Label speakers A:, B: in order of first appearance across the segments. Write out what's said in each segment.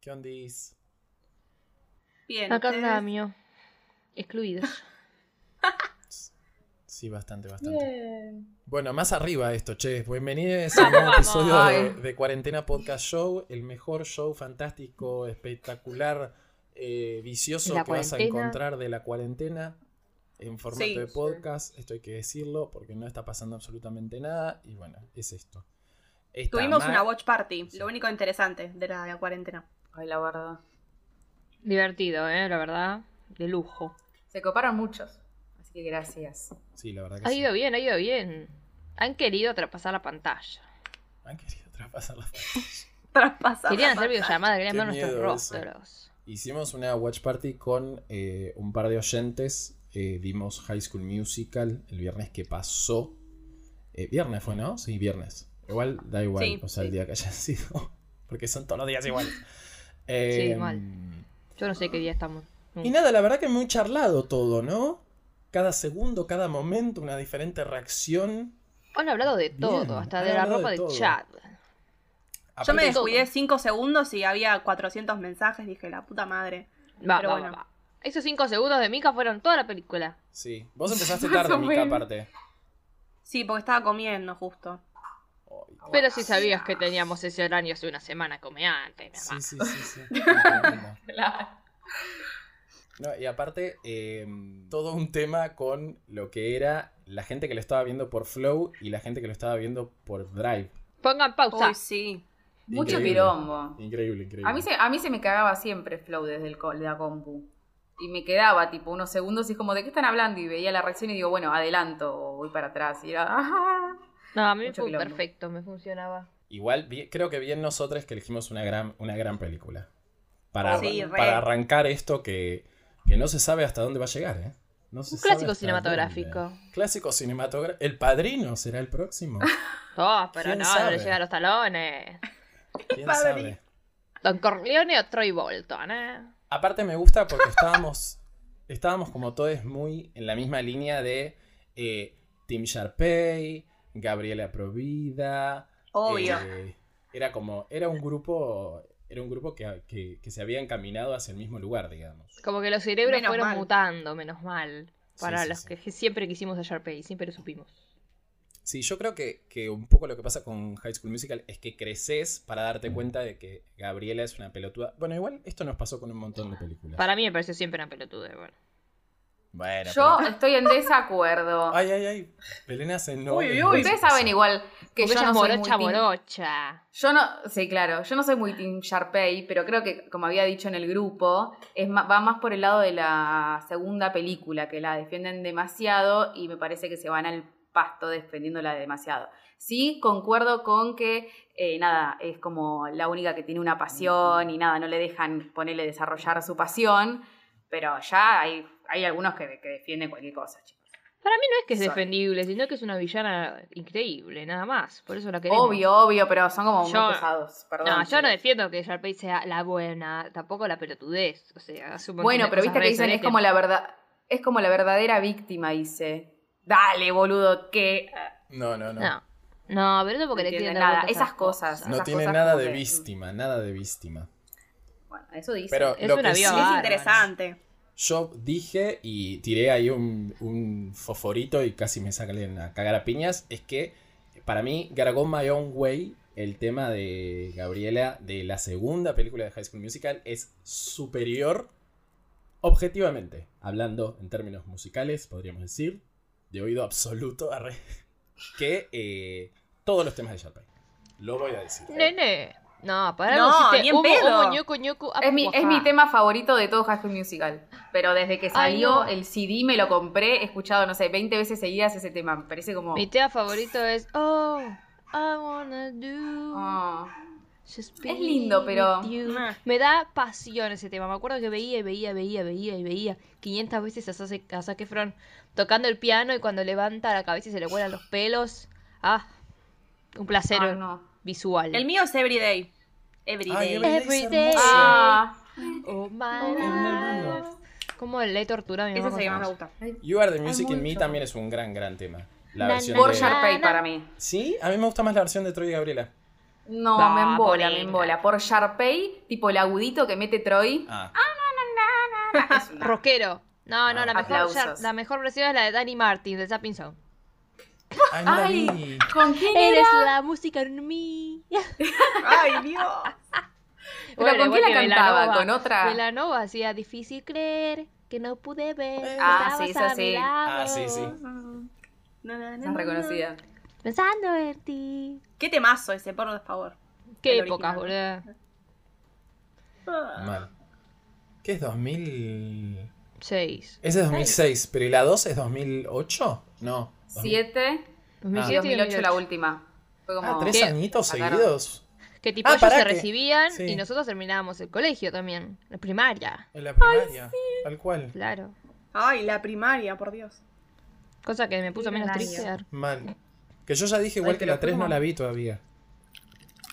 A: ¿Qué ondis?
B: Bien.
C: Acá
B: ¿ustedes?
C: nada mío. Excluidos.
A: Sí, bastante, bastante.
D: Bien.
A: Bueno, más arriba esto, che. Bienvenidos a un nuevo
B: Vamos,
A: episodio de,
B: ay.
A: de Cuarentena Podcast Show, el mejor show fantástico, espectacular, eh, vicioso
C: La
A: que vas a
C: cuarentena.
A: encontrar de la cuarentena en formato
B: Sí,
A: de
B: sí.
A: podcast. Esto hay que decirlo porque no está pasando absolutamente nada. Y bueno, es esto. Esta
B: Tuvimos
A: ma-
B: una watch party, lo único interesante de la, la cuarentena.
D: Ay, la verdad.
C: Divertido, ¿eh? La verdad. De lujo.
D: Se coparon muchos. Así que gracias.
A: Sí, la verdad que
C: Ha
A: sí.
C: ido bien, ha ido bien. Han querido traspasar la pantalla.
A: Han querido traspasar la
B: Traspasado.
C: Querían hacer videollamadas, querían
A: Qué
C: ver nuestros
A: miedo eso.
C: rostros.
A: Hicimos una watch party con eh, un par de oyentes. eh, vimos High School Musical el viernes que pasó. Eh, viernes fue, ¿no? Sí, viernes. Igual da igual,
B: Sí,
A: o sea, el
B: sí.
A: día que haya sido. Porque son todos los días iguales.
C: Sí,
A: Eh,
C: mal. Yo no sé qué día estamos.
A: Y nada, la verdad que muy charlado todo, ¿no? Cada segundo, cada momento, una diferente reacción.
C: Han hablado de todo, hasta
A: han
C: de la
A: hablado
C: ropa
A: de
C: de,
A: todo.
C: chat.
B: Yo me
A: Aparte-
B: descuidé 5 segundos y había 400 mensajes. Dije, la puta madre.
C: Va,
B: Pero
C: va,
B: bueno.
C: va, va. Esos cinco segundos de Mika fueron toda la película.
A: Sí, vos empezaste
D: Más
A: tarde,
D: o
A: Mica,
D: menos.
A: aparte.
B: Sí, porque estaba comiendo justo.
A: Ay,
C: Pero si sabías que teníamos ese horario hace una semana, come antes. mi
A: sí,
C: mamá.
A: sí, sí, sí. Entiendo.
D: Claro.
A: No, y aparte, eh, todo un tema con lo que era la gente que lo estaba viendo por Flow y la gente que lo estaba viendo por Drive.
C: Pongan pausa.
B: Uy, sí.
D: Mucho
A: Increíble.
D: pirombo.
A: Increíble, increíble.
D: A mí, se, a mí se me cagaba siempre Flow desde el, co- la compu. Y me quedaba tipo unos segundos y es como, ¿de qué están hablando? Y veía la reacción y digo, bueno, adelanto o voy para atrás. Y era, "Ah".
C: No, a mí me
D: Mucho
C: fue
D: quilombo.
C: perfecto, me funcionaba.
A: Igual, vi- creo que bien nosotros que elegimos una gran, una gran película. Para,
B: Sí, re.
A: para arrancar esto que, que no se sabe hasta dónde va a llegar, ¿eh? No se
C: Un
A: sabe
C: clásico
A: hasta
C: cinematográfico.
A: dónde. Clásico cinematográfico. El Padrino será el próximo.
C: Oh, pero
A: ¿Quién
C: no, no
A: sabe?
C: le llega a los talones.
A: ¿Quién
B: Padrino.
A: sabe?
C: Don Corleone o Troy Bolton, ¿eh?
A: Aparte me gusta porque estábamos, estábamos como todos muy en la misma línea de eh, Tim Sharpey, Gabriela Provida.
B: Obvio.
A: eh, era como, era un grupo, era un grupo que, que- que se había encaminado hacia el mismo lugar, digamos.
C: Como que los cerebros
B: Menos
C: fueron
B: mal.
C: mutando, menos mal. Para
A: sí,
C: los
A: sí.
C: que siempre quisimos a Sharpay, siempre lo supimos.
A: Sí, yo creo que, que un poco lo que pasa con High School Musical es que creces para darte cuenta de que Gabriela es una pelotuda. Bueno, igual esto nos pasó con un montón de películas.
C: Para mí me pareció siempre una pelotuda, bueno.
A: Bueno,
D: Yo
A: pero-
D: estoy en desacuerdo.
A: Ay, ay, ay. Belén hace no.
B: Uy, uy, uy.
D: Ustedes saben igual que
C: Porque
D: yo
C: ella
D: no
C: es
D: soy muy
C: morocha,
D: team-
C: morocha.
D: Yo no, sí, claro, yo no soy muy Team Sharpay, pero creo que, como había dicho en el grupo, es ma- va más por el lado de la segunda película, que la defienden demasiado y me parece que se van al pasto defendiéndola demasiado. Sí, concuerdo con que, eh, nada, es como la única que tiene una pasión y nada, no le dejan ponerle desarrollar su pasión, pero ya hay, hay algunos que, que defienden cualquier cosa, chicos.
C: Para mí no es que es
D: Sorry.
C: defendible, sino que es una villana increíble, nada más. Por eso la queremos.
D: Obvio, obvio, pero son como
C: Yo-
D: muy pesados, perdón.
C: No, yo no
D: chicos.
C: defiendo que Sharpay sea la buena, tampoco la pelotudez. O sea, hace un montón
D: Bueno,
C: de
D: pero
C: cosas
D: viste que
C: re
D: dicen es
C: soletes.
D: como la verdad, es como la verdadera víctima, dice. Dale, boludo, que
A: No, no, no.
C: No. No, pero eso porque
D: No
C: le
D: entiende
C: quieren dar
D: nada,
C: vueltas a
D: esas
C: las
D: cosas.
A: No
D: Esas
A: tiene
D: cosas
A: nada
D: como
A: de
D: que-
A: víctima, nada de víctima.
D: bueno, eso dice.
A: Pero
C: Es
A: lo
C: un
A: que
C: avión.
A: sí,
C: Bárbaro.
B: es interesante.
A: yo dije y tiré ahí un, un fosforito y casi me sacan a cagar a piñas, es que para mí Gargón My Own Way, el tema de Gabriela de la segunda película de High School Musical, es superior objetivamente, hablando en términos musicales, podríamos decir, de oído absoluto, arre, que eh, todos los temas de Sharpay. Lo voy a decir.
C: Nene. No, para
B: No,
C: algo
B: ni
C: hiciste
B: en
C: humo,
B: pedo.
C: humo, ñoco, ñoco,
D: es mi, es
C: apuajá.
D: mi tema favorito de todo High School Musical. Pero desde que salió
C: no.
D: el CD me lo compré, he escuchado, no sé, 20 veces seguidas ese tema. Me parece como.
C: Mi tema favorito es Oh, I wanna do
D: Oh.
C: just
D: Es lindo,
C: be
D: pero-
C: with you. Me da pasión ese tema. Me acuerdo que veía y veía, veía, veía y veía 500 veces a Zac, a Zac Efron tocando el piano y cuando levanta la cabeza y se le vuelan los pelos. Ah, un placer
D: Ah, no.
C: visual.
B: El mío es Everyday. Everyday.
A: Everyday es
C: Every
A: hermoso.
C: day.
D: Ah,
C: Oh my
D: Oh,
C: life. Como le tortura a mi
B: Ese es
C: mamá.
B: el que más me
C: con-
B: gusta.
A: You Are the Music
D: Amo
A: in Me
D: mucho.
A: también es un gran, gran tema. La
C: Na,
A: versión
C: na,
D: por
A: de...
C: na.
D: Sharpay para mí.
A: Sí, a mí me gusta más la versión de Troy y Gabriela.
D: No,
C: Va,
D: me embola, me
C: ponela.
D: embola. Por Sharpay, tipo el agudito que mete Troy.
A: Ah,
D: Es una-
C: Rockero. No, no,
A: Ah.
C: la mejor,
D: Aplausos.
C: ya- la mejor versión es la de Danny Martin, de Zapping Sound.
A: ay, Ah, no la vi.
D: Ay, ¿con quién
C: Eres
D: era?
C: la música en mí.
B: ¡Ay, Dios!
D: ¿Pero
C: Bueno,
D: con
C: igual
D: quién
C: que
D: la cantaba?
C: Belanova.
D: ¿Con otra?
C: Belanova hacía difícil creer que no pude ver.
D: Ah,
C: que
D: sí,
C: estabas
D: esa
C: a mi
D: sí.
A: Ah, sí, sí.
C: lado,
D: Esa es reconocida.
C: Pensando en ti.
B: Qué temazo ese, por favor.
C: Qué
B: El
C: épocas,
B: original.
C: boludo.
A: Mal. ¿Qué es 2000?
C: Seis.
A: Ese es 2006, pero ¿y la 2 es 2008? No. 2000.
D: Siete y
C: 2007 y
D: 2008 la
C: 2008.
D: última. Fue como...
A: Ah, tres
C: ¿Qué?
A: añitos
D: Sacaron.
A: seguidos.
C: Que tipo
A: Ah,
C: ellos
A: pará,
C: se
A: que-
C: recibían
A: sí.
C: y nosotros terminábamos el colegio también. La primaria.
A: En la primaria. Tal cual.
C: Claro.
B: Ay, la primaria, por Dios.
C: Cosa que me puso
D: Primer
C: menos
D: año.
C: triste. Ar.
A: Mal. Que yo ya dije igual
D: Ay,
A: que
D: pero
A: la 3 no
D: ¿cómo?
A: la vi todavía.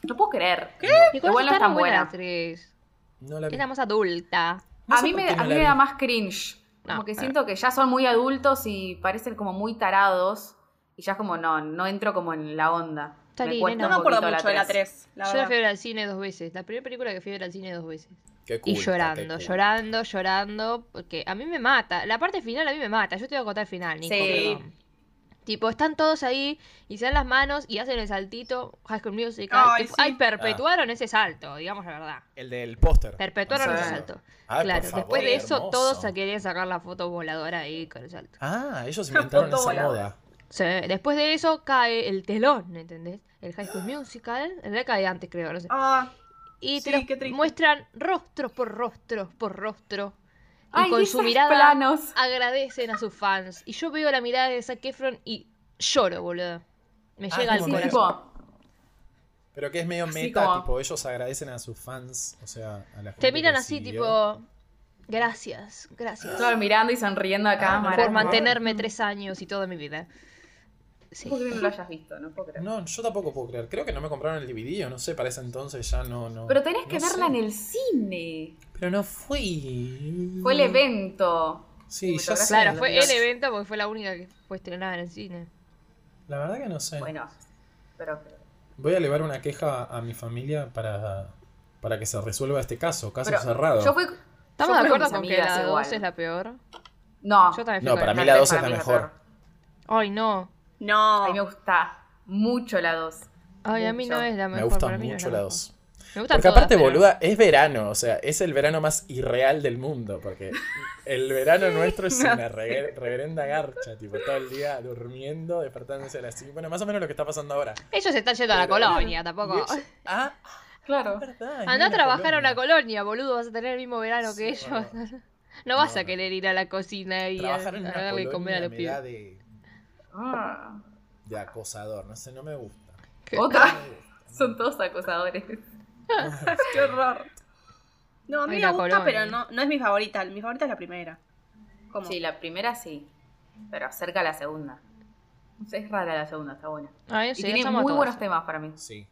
D: No puedo creer.
C: Igual
D: Igual
C: no
D: no es tan
C: tan buena.
D: buena.
C: la tres.
A: No la vi.
C: Era más adulta.
A: No
D: a
A: sé
D: mí,
A: por
D: me,
A: qué no
D: a mí
A: la
D: me
A: vi.
D: da más cringe. Como
C: No,
D: que
C: claro.
D: siento que ya son muy adultos y parecen como muy tarados. Y ya es como, no, no entro como en la onda.
C: Está
D: Me
C: bien,
D: cuesta
C: nena.
B: No me
D: un
B: acuerdo
D: poquito
B: mucho de la
D: tres.
B: 3, la
C: Yo la fui a
B: verdad.
C: ver al cine dos veces. La primera película que fui a ver al cine dos veces.
A: Qué
C: Y
A: culpa, qué
C: llorando,
A: culpa.
C: llorando, llorando, porque a mí me mata. La parte final a mí me mata. Yo te voy a contar el final, Nico,
D: Sí.
C: perdón. Tipo, están todos ahí y se dan las manos y hacen el saltito. High School Musical.
B: Ay,
C: tipo,
B: sí.
C: ay,
A: Ah.
C: perpetuaron ese salto, digamos la verdad.
A: El del póster. Ah,
C: Perpetuaron
A: Sí.
C: ese salto.
A: Ay, por
C: claro,
A: favor,
C: después de eso
A: hermoso.
C: todos se querían sacar la foto voladora ahí con el salto.
A: Ah, ellos inventaron esa
B: Fotobola.
A: moda.
C: Sí, después de eso cae el telón, ¿entendés? El High School Musical, en realidad cae antes creo, no sé.
B: Ah,
C: Y te
B: sí,
C: los
B: qué triste.
C: muestran rostros por rostros por rostro. Y
D: Ay,
C: con
D: esos
C: su mirada
D: planos.
C: agradecen a sus fans. Y yo veo la mirada de Zac Efron y lloro, boludo. Me
A: Ah,
C: llega al
A: como
D: Sí,
A: que-
C: corazón.
D: tipo,
A: Pero que es medio
D: Así
A: meta,
D: como-
A: tipo, ellos agradecen a sus fans, o sea, a la gente.
C: Te miran
A: que
C: así,
A: siguió.
C: tipo, gracias, gracias.
A: Ah,
D: todos mirando y sonriendo a cámara.
C: por
D: como-
C: mantenerme tres años y toda mi vida. Sí.
D: No puedo creer que no lo hayas visto, no puedo creer.
A: No, yo tampoco puedo creer. Creo que no me compraron el DVD, o no sé, para ese entonces ya no. no
D: Pero tenés que
A: no sé.
D: verla en el cine.
A: Pero no fui.
D: Fue el evento.
A: Sí, ya sé.
C: Claro, fue
D: Dios.
C: el evento porque fue la única que fue estrenada en el cine.
A: La verdad que no sé.
D: Bueno, pero
A: Voy a elevar una queja a mi familia para, para que se resuelva este caso, caso
D: Pero
A: cerrado.
D: yo fui.
C: ¿Estamos
D: yo
C: de
D: fui
C: acuerdo
D: mis
C: con que
D: amigas
C: la
D: igual.
C: 2 es la peor?
D: No,
C: Yo también fui
A: No,
C: con
A: para
C: esa.
A: mí la
D: Tal
A: 2
D: vez
A: es
D: para
A: la
D: mí es la
A: mejor.
D: peor.
C: Ay, no.
D: A mí me
B: no.
D: gusta mucho la 2.
C: Ay, a mí no
D: Mucho.
C: es la mejor.
A: Me gusta
C: para mí no es
A: mucho la
C: mejor.
A: 2.
C: Me gusta
A: Porque aparte, boluda, es verano, o sea, es el verano más irreal del mundo, porque el verano nuestro es una rever- reverenda garcha, tipo, todo el día durmiendo, despertándose a las 5, bueno, más o menos lo que está pasando ahora.
C: Ellos están yendo a la
A: Pero-
C: colonia,
A: Y
C: tampoco.
A: ellos- ah,
D: Claro.
A: es verdad.
C: Anda a trabajar a una colonia, boludo. Vas a tener el mismo verano que
A: Sí,
C: ellos.
A: boludo.
C: No vas
A: No,
C: a
A: no.
C: querer ir a la cocina y a,
A: Trabajar en
C: a
A: una
C: darle de
A: colonia
C: comer a los
A: me da
C: pibes.
A: de,
D: Ah.
A: de acosador, no sé, no me gusta.
C: ¿Qué?
A: No
D: Otra.
A: me gusta,
D: Son todos acosadores.
B: Qué horror. No, a mí
C: Ay,
B: me
C: la
B: gusta,
C: colonia.
B: pero no, no es mi favorita. Mi favorita es la primera. ¿Cómo?
D: Sí, la primera sí. Pero acerca a la segunda. Es rara la segunda, está buena.
C: Ay,
D: Y
C: sí,
D: tiene
C: somos
D: muy
C: todos.
D: buenos temas para mí.
A: Sí.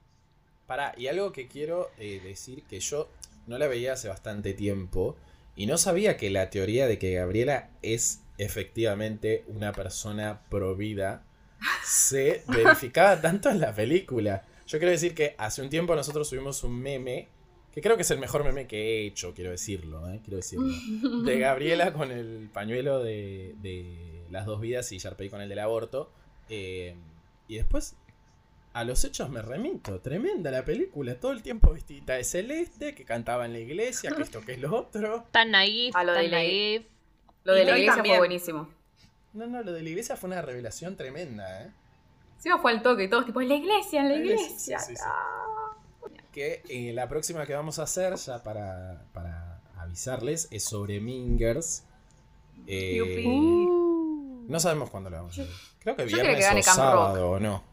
A: Pará, y algo que quiero eh, decir que yo no la veía hace bastante tiempo y no sabía que la teoría de que Gabriela es efectivamente una persona provida se verificaba tanto en la película. Yo quiero decir que hace un tiempo nosotros subimos un meme, que creo que es el mejor meme que he hecho, quiero decirlo, ¿eh? quiero decirlo. De Gabriela con el pañuelo de, de las dos vidas y Sharpay con el del aborto. Eh, y después a los hechos me remito. Tremenda la película. Todo el tiempo vestida de celeste, que cantaba en la iglesia, que esto que es lo otro.
C: Tan naif,
D: A lo de
C: tan
D: la-
C: naif.
D: Lo de
B: Y
D: la
B: Troy
D: iglesia
B: también.
D: fue buenísimo.
A: No, no, lo de la iglesia fue una revelación tremenda, ¿eh?
D: Sí, fue al toque y todos tipo, en la iglesia, en la
A: La iglesia,
D: iglesia.
A: sí, sí, sí. Que eh, la próxima que vamos a hacer, ya para, para avisarles, es sobre Mingers. Eh,
B: Yupi.
A: no sabemos cuándo lo vamos a hacer. Creo que
D: Yo creo que
A: viernes
D: gane
A: o
D: Camp Rock.
A: sábado, ¿o no?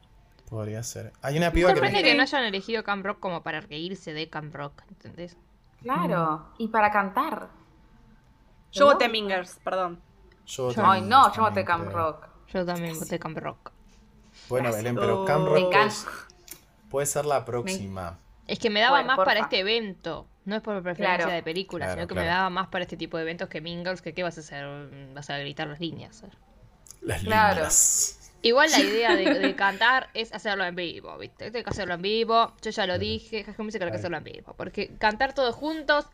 A: Podría ser. Hay una
C: Me
A: piba que me
C: sorprende que no hayan elegido Camp Rock como para reírse de Camp Rock, ¿entendés?
D: Claro. Y para cantar.
B: Yo voté Mingers, perdón.
A: Yo
D: Ay,
A: también,
D: no, yo
A: también
D: voté Camp
A: creo.
D: Rock.
C: Yo también voté Camp Rock.
A: Bueno, Belén, pero
B: Oh.
A: Camp
D: Me
A: Rock
D: encanta.
A: es- puede ser la próxima.
C: Es que me daba
D: Bueno,
C: más
D: porfa.
C: para este evento. No es por preferencia
D: Claro.
C: de películas,
A: Claro,
C: sino que me
A: claro.
C: daba más para este tipo de eventos que Mingles, que qué vas a hacer, vas a gritar las líneas.
A: Las
D: Claro.
A: líneas.
C: Igual la idea de, de cantar es hacerlo en vivo, ¿viste? Hay que hacerlo en vivo. Yo ya lo dije, High School Musical hay que hacerlo en vivo. Porque cantar todos juntos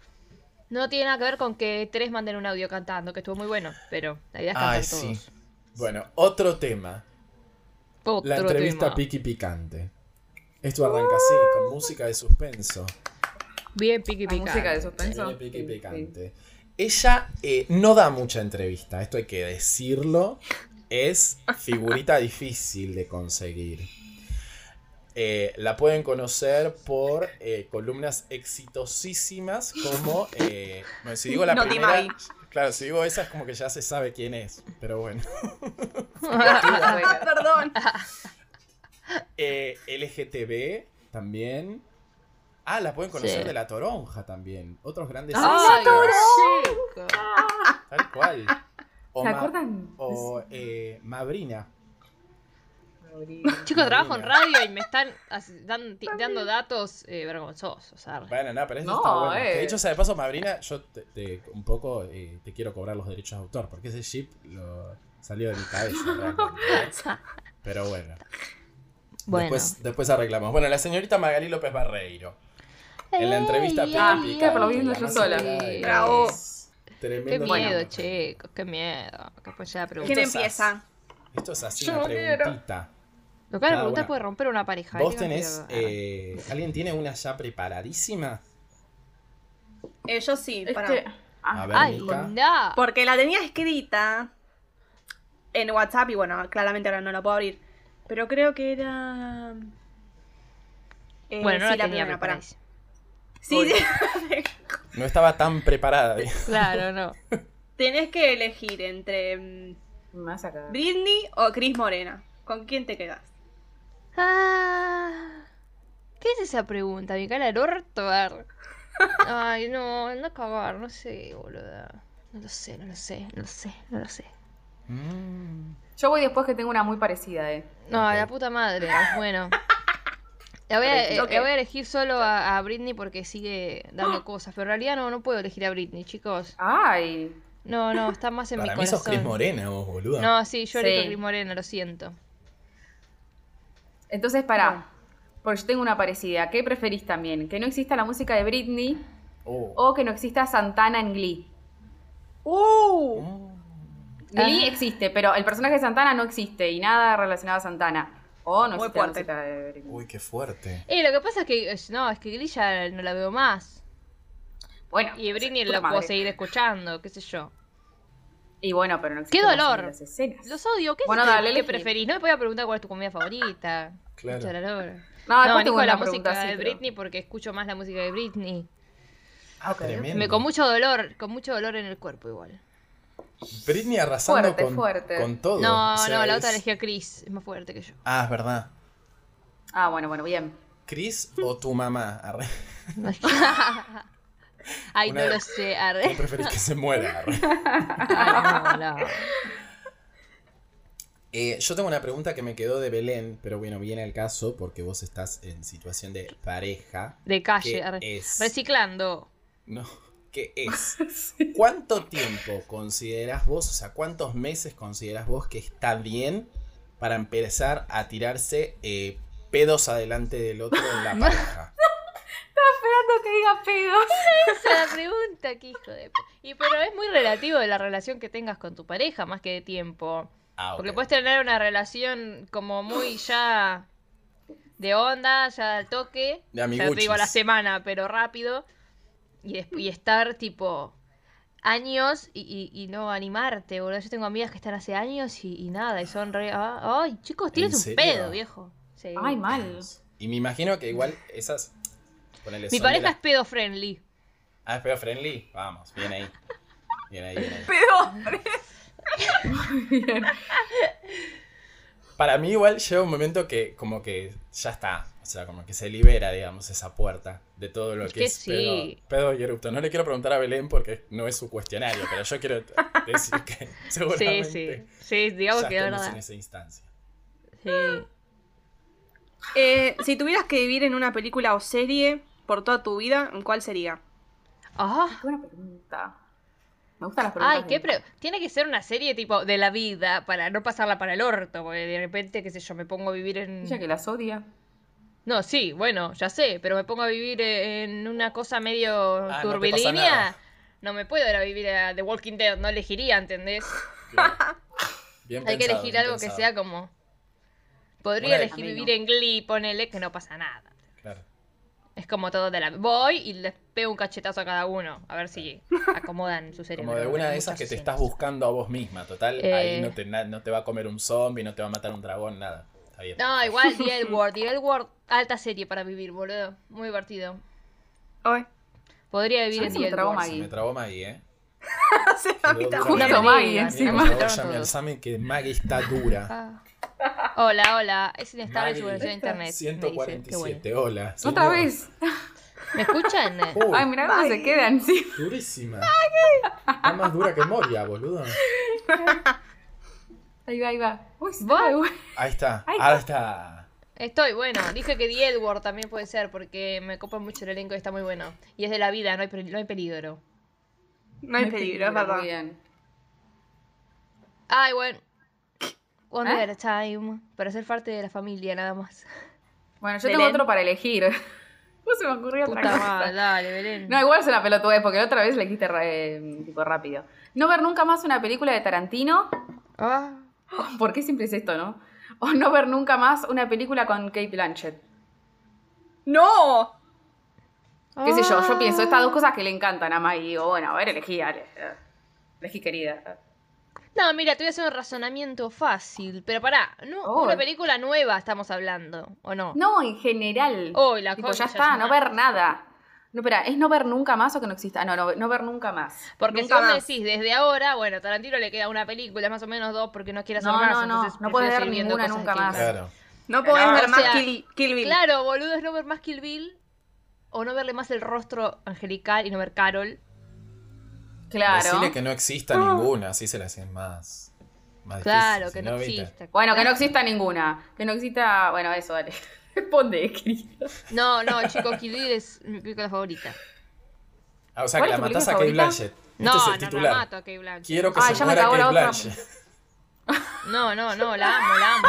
C: no tiene nada que ver con que tres manden un audio cantando, que estuvo muy bueno. Pero la idea es cantar
A: Ay, sí.
C: todos.
A: Bueno, otro tema. La
C: Otro
A: entrevista
C: tema.
A: piqui picante. Esto arranca así, con música de suspenso.
C: Bien piqui
D: La música de
C: picante.
D: suspenso.
A: Tiene piqui
D: Sí, sí.
A: picante. Ella eh, no da mucha entrevista, esto hay que decirlo. Es figurita difícil de conseguir. Eh, la pueden conocer por eh, columnas exitosísimas como... eh, bueno, si digo la
B: Noti
A: primera...
B: Maggi.
A: Claro, si digo esa es como que ya se sabe quién es, pero bueno.
B: Ah, perdón.
A: Eh, LGTB también. Ah, la pueden conocer
C: Sí.
A: de La Toronja también. Otros grandes...
D: Ah,
C: ¡Ay,
A: éxitos.
C: chico!
A: Tal cual. O
D: ¿Se
A: Ma-
D: acuerdan?
A: O eh, Mabrina.
C: Chicos, trabajo en
A: Mira.
C: radio y me están as- dan- ti- dando datos eh, vergonzosos. o sea,
A: Bueno, no, pero eso
D: No,
A: está bueno.
D: eh.
A: De hecho, o sea, de paso, Mabrina, yo te, te- un poco eh, te quiero cobrar los derechos de autor, porque ese chip lo salió de mi cabeza. realmente, ¿eh?
D: Ah.
A: Pero bueno.
C: Bueno.
A: Después, después arreglamos. Bueno, la señorita Magali López Barreiro. En la entrevista
C: Ey,
A: pica,
D: ah,
A: pica,
D: claro, lo vi
A: la
D: yo
A: más
D: sola.
A: cercana de-
B: Bravo.
A: es Tremendo
C: Qué miedo,
A: trabajo.
C: chicos, qué miedo. Que después ya pregunto.
B: ¿Quién empieza?
A: Esto es así
D: Yo
A: una
D: no quiero.
A: preguntita.
C: Lo que van a
A: Ah,
C: preguntar
A: bueno.
C: puede romper una pareja. ¿eh?
A: Vos
C: Tengan
A: tenés.
C: cuidado.
A: eh, ¿Alguien tiene una ya preparadísima?
B: Eh, yo sí,
D: Es
B: pará.
D: que- ah,
A: A ver,
C: Ay,
A: Mica.
C: no.
B: Porque la tenía escrita en WhatsApp y bueno, claramente ahora no la puedo abrir. Pero creo que era. eh,
C: Bueno, no
B: sí,
C: la
B: primera,
C: tenía
B: pará.
C: preparadísima.
B: Sí, sí.
A: No estaba tan preparada.
C: Claro, no.
B: tenés que elegir entre mm,
D: Me vas a cagar.
B: Britney o Cris Morena. ¿Con quién te quedas?
C: Ah, ¿Qué es esa pregunta? Mi cara del orto. a ver. Ay, no, no cagar, no sé, boluda. No lo sé, no lo sé, no lo sé, no lo sé.
A: Mm.
D: Yo voy después que tengo una muy parecida, eh.
C: No,
A: Ok.
C: la puta madre. Bueno. La voy, a, eh,
B: Ok.
C: la voy a elegir solo a, a Britney porque sigue dando cosas. Pero en realidad no, no puedo elegir a Britney, chicos.
D: Ay.
C: No, no, está más en
A: Para
C: mi
A: mí sos Cris
C: corazón.
A: Morena, vos, boluda.
C: no, sí, yo elijo
D: Sí.
C: Cris Morena, lo siento.
D: Entonces, pará. Porque yo tengo una parecida. ¿Qué preferís también? ¿Que no exista la música de Britney
A: Oh.
D: o que no exista Santana en Glee?
B: ¡Uh!
A: Oh,
B: Ah.
D: Glee existe, pero el personaje de Santana no existe y nada relacionado a Santana. O no
B: Muy
D: existe la
B: fuerte.
D: música de Britney.
A: Uy, qué fuerte.
C: Eh, lo que pasa es que, eh, no, es que Glee ya no la veo más.
D: Bueno.
C: Y Britney
D: puta
C: la puedo
D: madre.
C: seguir escuchando, qué sé yo.
D: Y bueno, pero no
C: ¡Qué
D: existe la
C: dolor!
D: escena de Las escenas.
C: Los odio, ¿qué,
D: Bueno,
C: es
D: dale,
C: que
D: elegí.
C: preferís? No me podía preguntar cuál es tu comida favorita.
A: Claro.
C: Mucho dolor.
D: No, Ah,
C: No,
D: después tengo
C: elijo
D: una
C: la
D: pregunta
C: música
D: así,
C: de
D: pero-
C: Britney porque escucho más la música de Britney.
A: Ah, tremendo.
C: Me, con mucho dolor, con mucho dolor en el cuerpo igual.
A: Britney arrasando
D: Fuerte,
A: con,
D: fuerte.
A: con todo.
C: No,
A: O sea,
C: no, la
A: es-
C: otra elegí a Chris, es más fuerte que yo.
A: Ah, es verdad.
D: Ah, bueno, bueno, bien.
A: ¿Cris o tu mamá? Arre.
C: Ay,
A: Una-
C: no lo sé,
A: ¿Qué
C: arre.
A: preferís que se muera? Arre.
C: Ay, no, no.
A: Eh, yo tengo una pregunta que me quedó de Belén, pero bueno, viene al caso porque vos estás en situación de pareja.
C: De
A: ¿Qué
C: calle, arre.
A: es?
C: Reciclando.
A: No, ¿qué es? ¿Cuánto tiempo considerás vos, o sea, cuántos meses considerás vos que está bien para empezar a tirarse eh, pedos adelante del otro en la pareja?
D: Esperando que diga pedos.
C: Esa es la pregunta, que hijo de... pu- Y pero es muy relativo de la relación que tengas con tu pareja, más que de tiempo.
A: Ah, ok.
C: Porque puedes tener una relación como muy ya de onda, ya al toque.
A: De
C: ya te digo a la
A: amiguchis.
C: semana, pero rápido. Y, des- y estar tipo años y, y- y no animarte, boludo. Yo tengo amigas que están hace años y, y nada, y son re. ah, Ay, chicos, tienes un
A: serio?
C: pedo, viejo. Sí.
D: Ay, mal.
A: Y me imagino que igual esas... ponele,
C: Mi
A: son de
C: pareja
A: las-
C: es pedo friendly.
A: Ah, es pedo friendly. Vamos, bien ahí. Bien ahí, bien ahí. Para mí igual llega un momento que como que ya está. O sea, como que se libera, digamos, esa puerta de todo lo
C: Es
A: que,
C: que
A: es
C: sí.
A: pedo, pedo y erupto. No le quiero preguntar a Belén porque no es su cuestionario, pero yo quiero t- decir que
C: Sí,
A: seguramente
C: sí. Sí,
A: ya
C: digamos que es
A: estamos en
C: verdad.
A: esa instancia.
C: Sí.
B: Eh, si tuvieras que vivir en una película o serie por toda tu vida, ¿en cuál sería?
C: Ah,
D: Qué buena pregunta. Me gustan las preguntas.
C: Ay, qué
D: de-
C: pre- Tiene que ser una serie tipo de la vida para no pasarla para el orto, porque de repente, qué sé yo, me pongo a vivir en...
D: Ella que las odia.
C: No, sí, bueno, ya sé, pero me pongo a vivir eh, en una cosa medio
A: Ah, no te pasa
C: turbilínea.
A: nada.
C: No, me puedo ir a vivir a The Walking Dead, no elegiría, ¿entendés?
A: Bien
C: Hay que
A: pensado,
C: elegir
A: bien
C: algo
A: pensado.
C: que sea como... Podría
A: Una de-
C: elegir
D: A mí no.
C: vivir en Glee, ponele, que no pasa nada.
A: Claro.
C: Es como todo de la... Voy y les pego un cachetazo a cada uno, a ver si acomodan su cerebro.
A: Como de una
C: Hay
A: de esas
C: muchas
A: que te
C: opciones.
A: estás buscando a vos misma, total.
C: Eh.
A: Ahí no te, na- no te va a comer un zombie, no te va a matar un dragón, nada. Está bien.
C: No, igual The L Word, The L Word, alta serie para vivir, boludo. Muy divertido.
B: Oye.
C: Podría vivir
D: Ah,
C: en
D: se
C: The
D: me
C: L
D: trabó
C: Word.
A: Se
D: Maggie.
A: me trabó Maggie, ¿eh?
B: Se me habita-
A: Justo
D: Justo
A: Maggie,
D: Maggie
A: Por
D: encima.
C: Maggie.
A: favor, llame al Sammy que Maggie está dura.
C: Ah. Hola, hola. Es inestable
A: Maggie,
C: su conexión a internet. Me, dice. Qué bueno.
A: 147, hola.
D: Otra
A: señor.
D: vez.
C: ¿Me escuchan?
A: Uy,
D: Ay, mirá cómo se
B: Maggie.
D: quedan, sí.
A: durísima. Está más dura que Moria, boludo.
D: Ahí va, ahí va. Uy, se
C: ¿Vos?
D: está de vuelta.
A: Ahí está,
D: Ahí
A: ahora está.
C: Estoy bueno. Dije que The L Word también puede ser porque me copa mucho el elenco y está muy bueno. Y es de la vida, no hay, pe- no hay peligro.
B: No hay peligro, es verdad.
D: Muy bien.
C: Ay, bueno. One
D: ¿Eh?
C: day at a time. Para ser parte de la familia, nada más.
D: Bueno, yo
B: Belén.
D: tengo otro para elegir. No se me ocurrió otra
C: Puta
D: cosa.
C: madre, dale, Belén.
D: No, igual es una pelotudez, porque la otra vez le dijiste re- mm, tipo rápido. No ver nunca más una película de Tarantino.
C: Ah.
D: ¿Por qué siempre es esto, no? O no ver nunca más una película con Kate Blanchett.
B: ¡No!
D: Qué sé yo,
C: Ah.
D: yo pienso, estas dos cosas que le encantan a Maggie. Digo, bueno, a ver, elegí, dale. eh, Elegí, querida.
C: No, mira, te voy a hacer un razonamiento fácil, pero pará, no,
D: Oh.
C: una película nueva estamos hablando, ¿o no?
D: No, en general.
C: Oh, la
D: tipo,
C: concha,
D: ya está,
C: ya
D: no
C: está.
D: ver nada. No, espera, ¿es no ver nunca más o que no exista? Ah, No, no, no ver nunca más.
C: Porque si
B: nunca
C: vos me
B: más.
C: decís desde ahora, bueno, a Tarantino le queda una película, más o menos dos, porque no quiere hacer
D: No,
C: más,
D: no, no,
C: entonces
D: no
C: prefiero
D: podés ver
C: seguir viendo
D: ninguna
C: cosas
D: nunca
C: de Kill
D: más.
C: Bill.
A: Claro.
B: No podés
C: No,
B: ver
C: o
B: más
C: sea,
B: Kill, Kill Bill.
C: Claro, boludo, es no ver más Kill Bill, o no verle más el rostro angelical y no ver Carol.
A: Ah,
D: Claro.
A: Decirle que no exista ninguna, así se le hacen más. más
C: Ah. Claro,
A: difícil,
C: que
A: si
C: no,
A: ¿viste?
C: exista.
D: Bueno, que no exista ninguna. Que no exista. Bueno, eso, dale. Responde, querida.
C: No, no, chico, Kill Bill es mi película favorita.
A: Ah, o sea, que
D: ¿Cuál
A: la
D: es tu película
A: matás a Kate
D: favorita?
A: Blanchett. este es Este el
C: No, no, no, la
A: titular.
C: mato a Kate Blanchett.
A: Quiero que
D: Ah,
A: se
D: ya me
A: muera
D: cagó la
A: Kate
D: otra.
A: Blanchett.
C: No, no, no, la amo, la amo.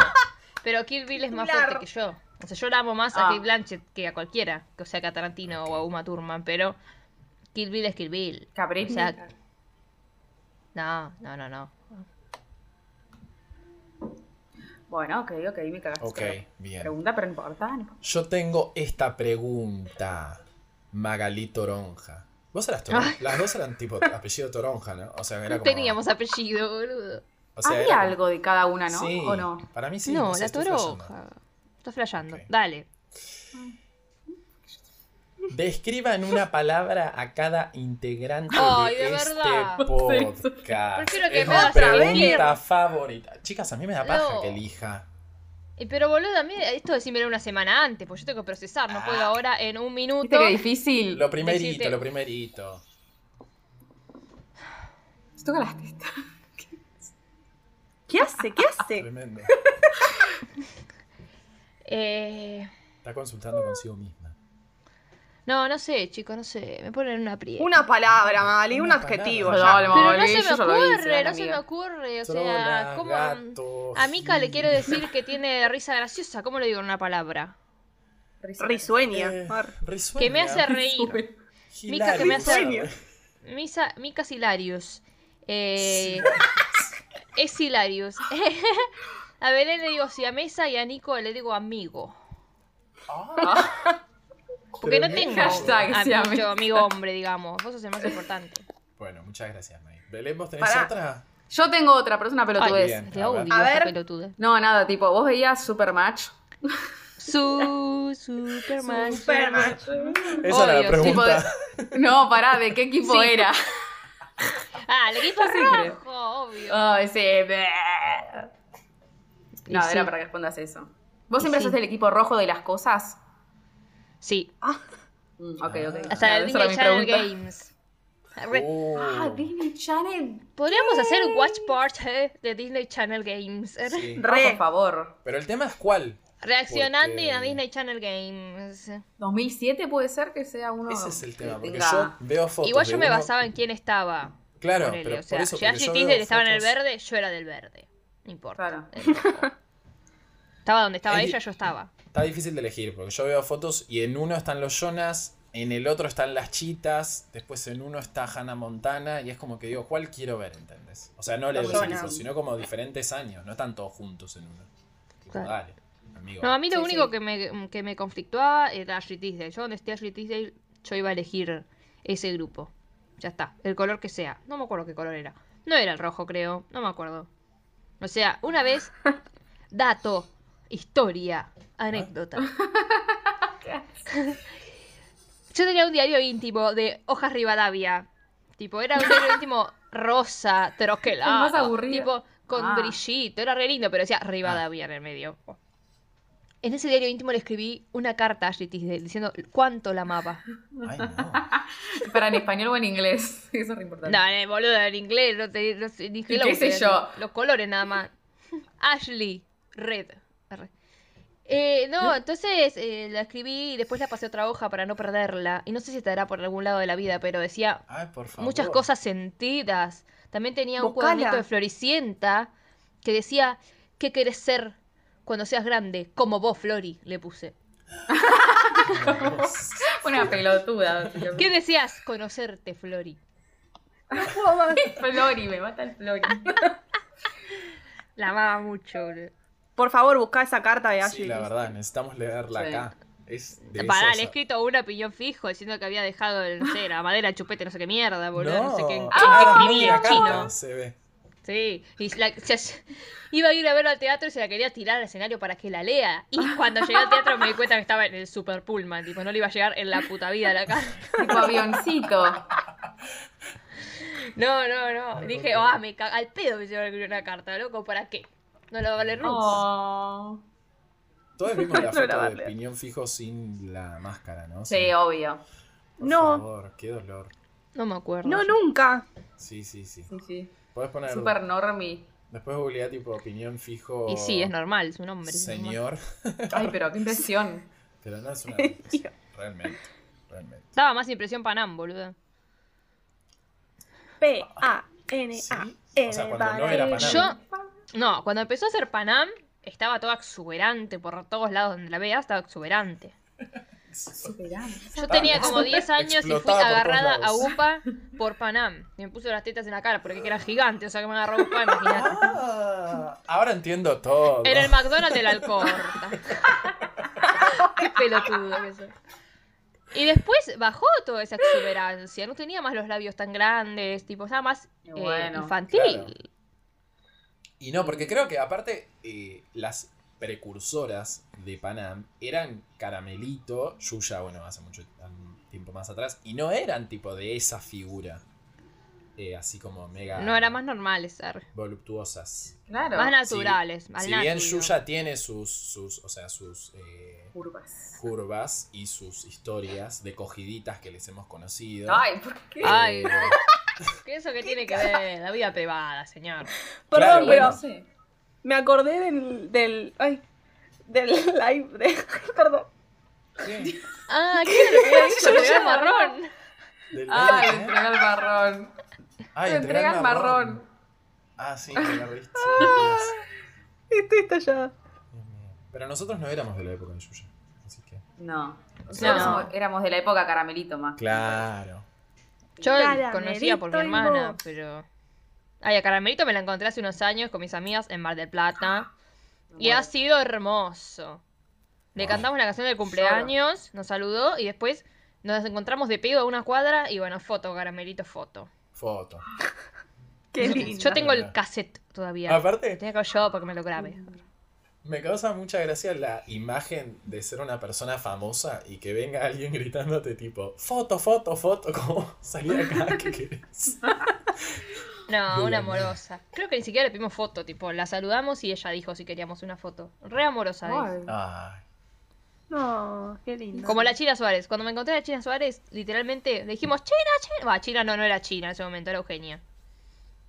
C: Pero Kill Bill es más
B: Titular.
C: fuerte que yo. O sea, yo la amo más
D: Ah.
C: a Kate Blanchett que a cualquiera, que o sea que a Tarantino o a Uma Thurman, pero Kill Bill es Kill Bill.
D: Cabrini.
C: O sea, no, no, no, no.
D: Bueno, ok, ok, me cagaste.
A: Ok,
D: con la
A: bien.
D: Pregunta, pero no importa. no importa.
A: Yo tengo esta pregunta, Magalí Toronja. ¿Vos eras Toronja? Las dos eran tipo apellido Toronja, ¿no? O sea, era
C: No
A: como.
C: teníamos apellido, boludo.
A: o sea,
D: Había
A: era como-
D: algo de cada una, ¿no?
A: Sí,
D: ¿O no?
A: Para mí sí.
C: no,
A: sé,
C: la
A: estoy flasheando.
C: toroja. Estás flasheando.
A: Ok.
C: Dale.
A: Describa en una palabra a cada integrante
C: Ay,
A: de,
C: de
A: este
C: verdad.
A: podcast.
C: Prefiero que
A: es
C: me
A: mi
C: hagas
A: pregunta
C: saber.
A: favorita. Chicas, a mí me da paja
C: No.
A: que elija.
C: Eh, Pero boludo, a mí esto decímelo una semana antes, porque yo tengo que procesar,
A: Ah.
C: no puedo ahora en un
D: ¿Viste
C: minuto.
D: qué difícil?
A: Lo primerito,
C: Decirte-
A: lo primerito.
D: Se toca las tetas.
B: ¿Qué hace? ¿Qué hace?
A: Tremendo.
C: Eh,
A: Está consultando consigo misma.
C: no, no sé, chico, no sé. Me ponen en una prieta.
B: Una palabra, Magali, un
A: Una
B: adjetivo.
D: palabra.
B: ya.
D: No,
C: Pero no
D: Oli,
C: se
D: yo
C: me
D: ya lo hice,
C: ocurre, no
D: amiga.
C: se me ocurre. O sea,
A: Trola,
C: ¿cómo?
A: gato,
C: A Mika le quiero
A: gil.
C: decir que tiene risa graciosa. ¿Cómo le digo en una palabra?
B: Risueña.
A: Eh,
B: Mar.
A: risueña.
C: Que me hace reír. Mica que me hace-
A: Hilarious.
C: Misa, Mika Hilarius. Eh, es Hilarius. a Belén le digo siamesa y a Nico le digo amigo.
A: Ah.
C: Porque
A: Pero
C: no
A: bien.
C: tengo
D: Hashtag
C: a-
D: siamesa.
C: mucho amigo hombre, digamos. Vos sos el más importante.
A: Bueno, muchas gracias, May. Belén, ¿vos tenés
B: Pará.
A: otra?
D: Yo tengo otra, pero es una pelotudez.
A: bien.
C: Te
A: a
C: odio,
A: ver.
B: A
C: esta
B: ver.
C: pelotuda.
D: No, nada, tipo, vos veías Supermatch.
C: Su, Superman.
B: Superman.
A: Esa era la
C: Obvio,
D: Tipo de-
A: pregunta.
D: No, pará, ¿de qué equipo
C: Sí.
D: era?
C: Ah, el equipo
D: creo.
C: rojo, obvio.
D: Oh, ese. No,
C: Y sí.
D: era para que respondas eso.
C: Y
D: ¿Vos siempre
C: sí.
D: sos del equipo rojo de las cosas?
C: Sí,
D: Mm, ok, ok.
A: Ah.
C: hasta
D: Nada,
C: el
D: esa era
C: Disney
D: mi
C: Channel
D: pregunta.
C: Games. Re-
A: Oh.
D: Ah, Disney Channel.
C: Podríamos hacer un watch party de Disney Channel Games. Eh,
A: Sí.
D: Re.
B: Re.
D: por favor.
A: Pero el tema es cuál.
C: Reaccionando y a
A: Porque-
C: Disney Channel Games.
D: ¿2007 puede ser que sea uno?
A: Ese es el tema,
D: que
A: porque
D: tenga-
A: yo veo fotos.
C: Igual
A: de
C: yo me
A: uno-
C: basaba en quién estaba.
A: Claro,
C: ponele,
A: pero
C: o sea,
A: por eso.
C: si Ashley
A: porque yo
C: Tisdale
A: veo
C: estaba en el
A: fotos-
C: verde, yo era del verde. No importa.
D: Claro.
C: del rojo. estaba donde estaba
A: Es di-
C: ella, yo estaba.
A: Está difícil de elegir, porque yo veo fotos y en uno están los Jonas, en el otro están las Chitas, después en uno está Hannah Montana, y es como que digo, ¿cuál quiero ver? ¿Entendés? O sea, no le
B: Los
A: doy ese
B: Jonas.
A: tipo, sino como diferentes años, no están todos juntos en uno. Tipo,
C: Claro.
A: dale, amigo.
C: No, a mí lo
D: Sí,
C: único
D: sí.
C: Que, me, mm, que me conflictuaba era Ashley Tisdale. Yo donde esté Ashley Tisdale, yo iba a elegir ese grupo. Ya está, el color que sea. No me acuerdo qué color era. No era el rojo, creo. No me acuerdo. O sea, una vez, dato, historia, anécdota. Yo tenía un diario íntimo de hojas Rivadavia. Tipo, era un diario íntimo rosa, troquelado.
D: El más aburrido.
C: Tipo, con
D: Ah.
C: brillito. Era re lindo, pero decía Rivadavia en el medio. En ese diario íntimo le escribí una carta a Ashley Tisdale diciendo cuánto la amaba.
A: Ay, no.
D: Para en español o en inglés. Eso es re importante.
C: No, eh, boludo, en inglés, no te no sé, ni
D: ¿Y
C: hello,
D: qué sé
C: te-
D: yo?
C: Los colores nada más. Ashley, red. arre. Eh, no, entonces eh, la escribí y después la pasé a otra hoja para no perderla. Y no sé si estará por algún lado de la vida, pero decía
A: Ay, por favor.
C: muchas cosas sentidas. También tenía un
B: Buscala.
C: cuadernito de Floricienta que decía, ¿qué querés ser cuando seas grande? Como vos, Flori, le puse.
A: Dios.
D: Una pelotuda.
C: ¿Qué decías? Conocerte, Flori.
D: Flori, me mata el Flori.
C: La amaba mucho, boludo.
B: Por favor, busca esa carta de Ashley.
A: Sí, la verdad, necesitamos leerla
D: Sí.
A: acá. Es de
C: Pará,
A: esos-
C: le he escrito una piñón fijo diciendo que había dejado, no sé, la madera chupete, no sé qué mierda, boludo, no, sé qué, en-
A: ah,
C: en qué escribía,
A: mira,
C: chino.
A: carta, Se ve.
C: Sí, y la- se- iba a ir a verlo al teatro y se la quería tirar al escenario para que la lea. Y cuando llegué al teatro me di cuenta que estaba en el super pullman, tipo, no le iba a llegar en la puta vida a la casa.
D: Tipo avioncito.
C: No, no, no. Dije, ah, me cago, al pedo me llevo a escribir una carta, loco, ¿para qué? No lo va a valer nunca.
D: Oh.
A: Todos vimos la
B: No
A: foto
B: la va a
A: de
B: leer.
A: piñón fijo sin la máscara, ¿no?
D: Sí, obvio.
A: Por
B: No.
A: favor, qué dolor.
C: No me acuerdo.
B: No, nunca.
A: Sí, sí, sí.
D: Sí, sí.
A: Podés poner.
D: Super normie.
A: Después googleá tipo opinión fijo.
C: Y sí, es normal, es un hombre. es un hombre.
A: Señor.
D: Ay, pero qué impresión.
A: Pero no es una depresión, Realmente. Realmente.
C: Daba más impresión Panam, boludo.
A: Sí.
B: P-A-N-A.
A: O sea, cuando no era Panam.
C: Yo, no, cuando empezó a ser Panam, estaba toda exuberante por todos lados donde la veas, estaba exuberante. Yo tenía como 10 años y fui
A: Explotaba por todos
C: agarrada a
A: lados.
C: UPA por Panam. Y me puso las tetas en la cara porque era gigante, o sea que me agarró UPA, imagínate.
A: Ah, ahora entiendo todo.
C: En el McDonald's del Alcorta. Qué pelotudo que soy. Y después bajó toda esa exuberancia. No tenía más los labios tan grandes, tipo, estaba más
D: Y
C: eh,
D: bueno,
C: infantil.
A: claro. Y no, porque creo que aparte eh, las precursoras de Panam eran Caramelito, Yuya, bueno, hace mucho um, tiempo más atrás, y no eran tipo de esa figura. eh, así como mega.
C: No era más normales, ar.
A: Voluptuosas.
D: Claro.
C: más naturales. al
A: si bien
C: natural.
A: Yuya tiene sus, sus, o sea, sus eh,
D: Curvas.
A: curvas y sus historias de cogiditas que les hemos conocido.
D: Ay, ¿por qué?
C: Ay,
A: Eh,
C: ¿qué eso que tiene que ver? La vida privada, señor.
A: Claro,
C: Ah,
B: Perdón,
A: bueno.
B: pero me acordé del. del ay, del live. De, ay, perdón.
A: sí,
C: Ah, ¿qué era lo que había visto?
D: Yo
C: Te veo
D: ya-
C: marrón.
A: del
D: Ay,
A: live, ¿eh?
D: entrega el marrón.
A: Ay,
D: Te
A: entregar
D: entregan marrón.
A: Ah, sí, te la viste. sí, Dios.
B: Estoy estallada.
A: Dios mío. Pero nosotros no éramos de la época de Yuya. Así que.
D: No. Nosotros
C: No.
D: somos- éramos de la época caramelito más.
A: Claro.
C: Yo
B: Caramelito
C: conocía por mi
B: y
C: hermana,
B: vos.
C: pero. Ay, a Caramelito me la encontré hace unos años con mis amigas en Mar del Plata. Y ha sido hermoso. Le
A: Wow.
C: cantamos la canción del cumpleaños, nos saludó y después nos encontramos de pedo a una cuadra y bueno, foto, Caramelito, foto.
A: Foto.
B: Qué
C: Yo-
B: lindo.
C: Yo tengo el cassette todavía.
A: Aparte,
C: Tenía que ir yo para que me lo grabe.
A: me causa mucha gracia la imagen de ser una persona famosa y que venga alguien gritándote tipo, foto, foto, foto, como salí de acá, ¿qué querés?
C: No,
A: De
C: una
A: la
C: amorosa. Creo que ni siquiera le pedimos foto, tipo, la saludamos y ella dijo si queríamos una foto. Re amorosa. ¿eh?
A: Ah.
D: Ay.
A: Ay,
B: No, qué lindo.
C: Como la China Suárez. Cuando me encontré a la China Suárez,
D: Ah.
C: literalmente le dijimos, China, China. Bah, China no, no era China en ese momento, era Eugenia.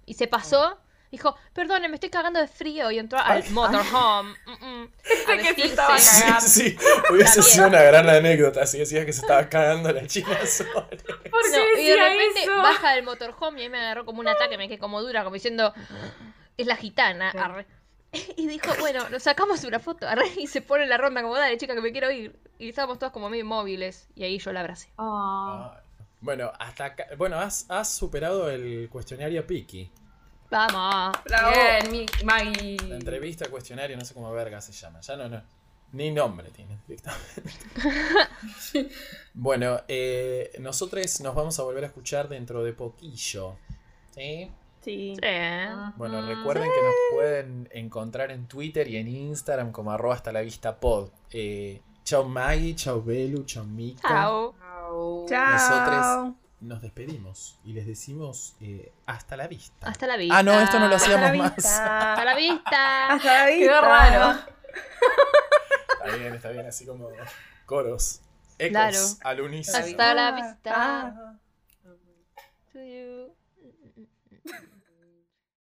C: Y se pasó Dijo, perdone, me estoy cagando de frío. Y entró
A: Ay,
C: al motorhome. mm, mm, a
D: que se
C: vestirse.
D: estaba
A: Sí,
D: cagando.
A: sí, hubiese
C: También.
A: sido una gran anécdota si decías que se estaba cagando la china sola.
D: ¿Por qué
C: No, y de
D: decía
C: repente
D: eso?
C: baja del motorhome y ahí me agarró como un
D: Ah.
C: ataque, me quedé como dura, como diciendo, es la gitana, arre". Y dijo, bueno, nos sacamos una foto, arre, y se pone en la ronda como, dale, chica, que me quiero ir. Y estábamos todas como medio inmóviles, y ahí yo la abracé.
D: Ah.
A: Bueno, hasta acá- bueno, has, has superado el cuestionario Piki.
C: Vamos.
D: Ah.
B: Bravo.
D: Bien, mi- Maggie.
A: La entrevista, cuestionario, no sé cómo verga se llama. Ya no, no. Ni nombre tiene directamente. bueno, eh, nosotros nos vamos a volver a escuchar dentro de poquillo. ¿Sí?
B: Sí.
D: Ah.
C: Ah, Sí.
A: Bueno,
D: Ujú.
A: recuerden que nos pueden encontrar en Twitter y en Instagram como arroba hasta la vista pod. Eh, chau Maggie, chau Belu, chau Mika.
C: Chao.
D: Chau.
B: Chao.
A: Nosotres. Nos despedimos y les decimos eh, hasta la vista.
C: Hasta la vista.
A: ah, no, esto no lo
B: Hasta la
A: hacíamos más.
B: vista.
C: Hasta la vista.
B: Hasta la vista.
D: Quedó raro.
A: Está bien, está bien, así como coros. Ecos
C: Claro.
A: al unísono.
C: Hasta la vista.
B: Ah.
C: To you.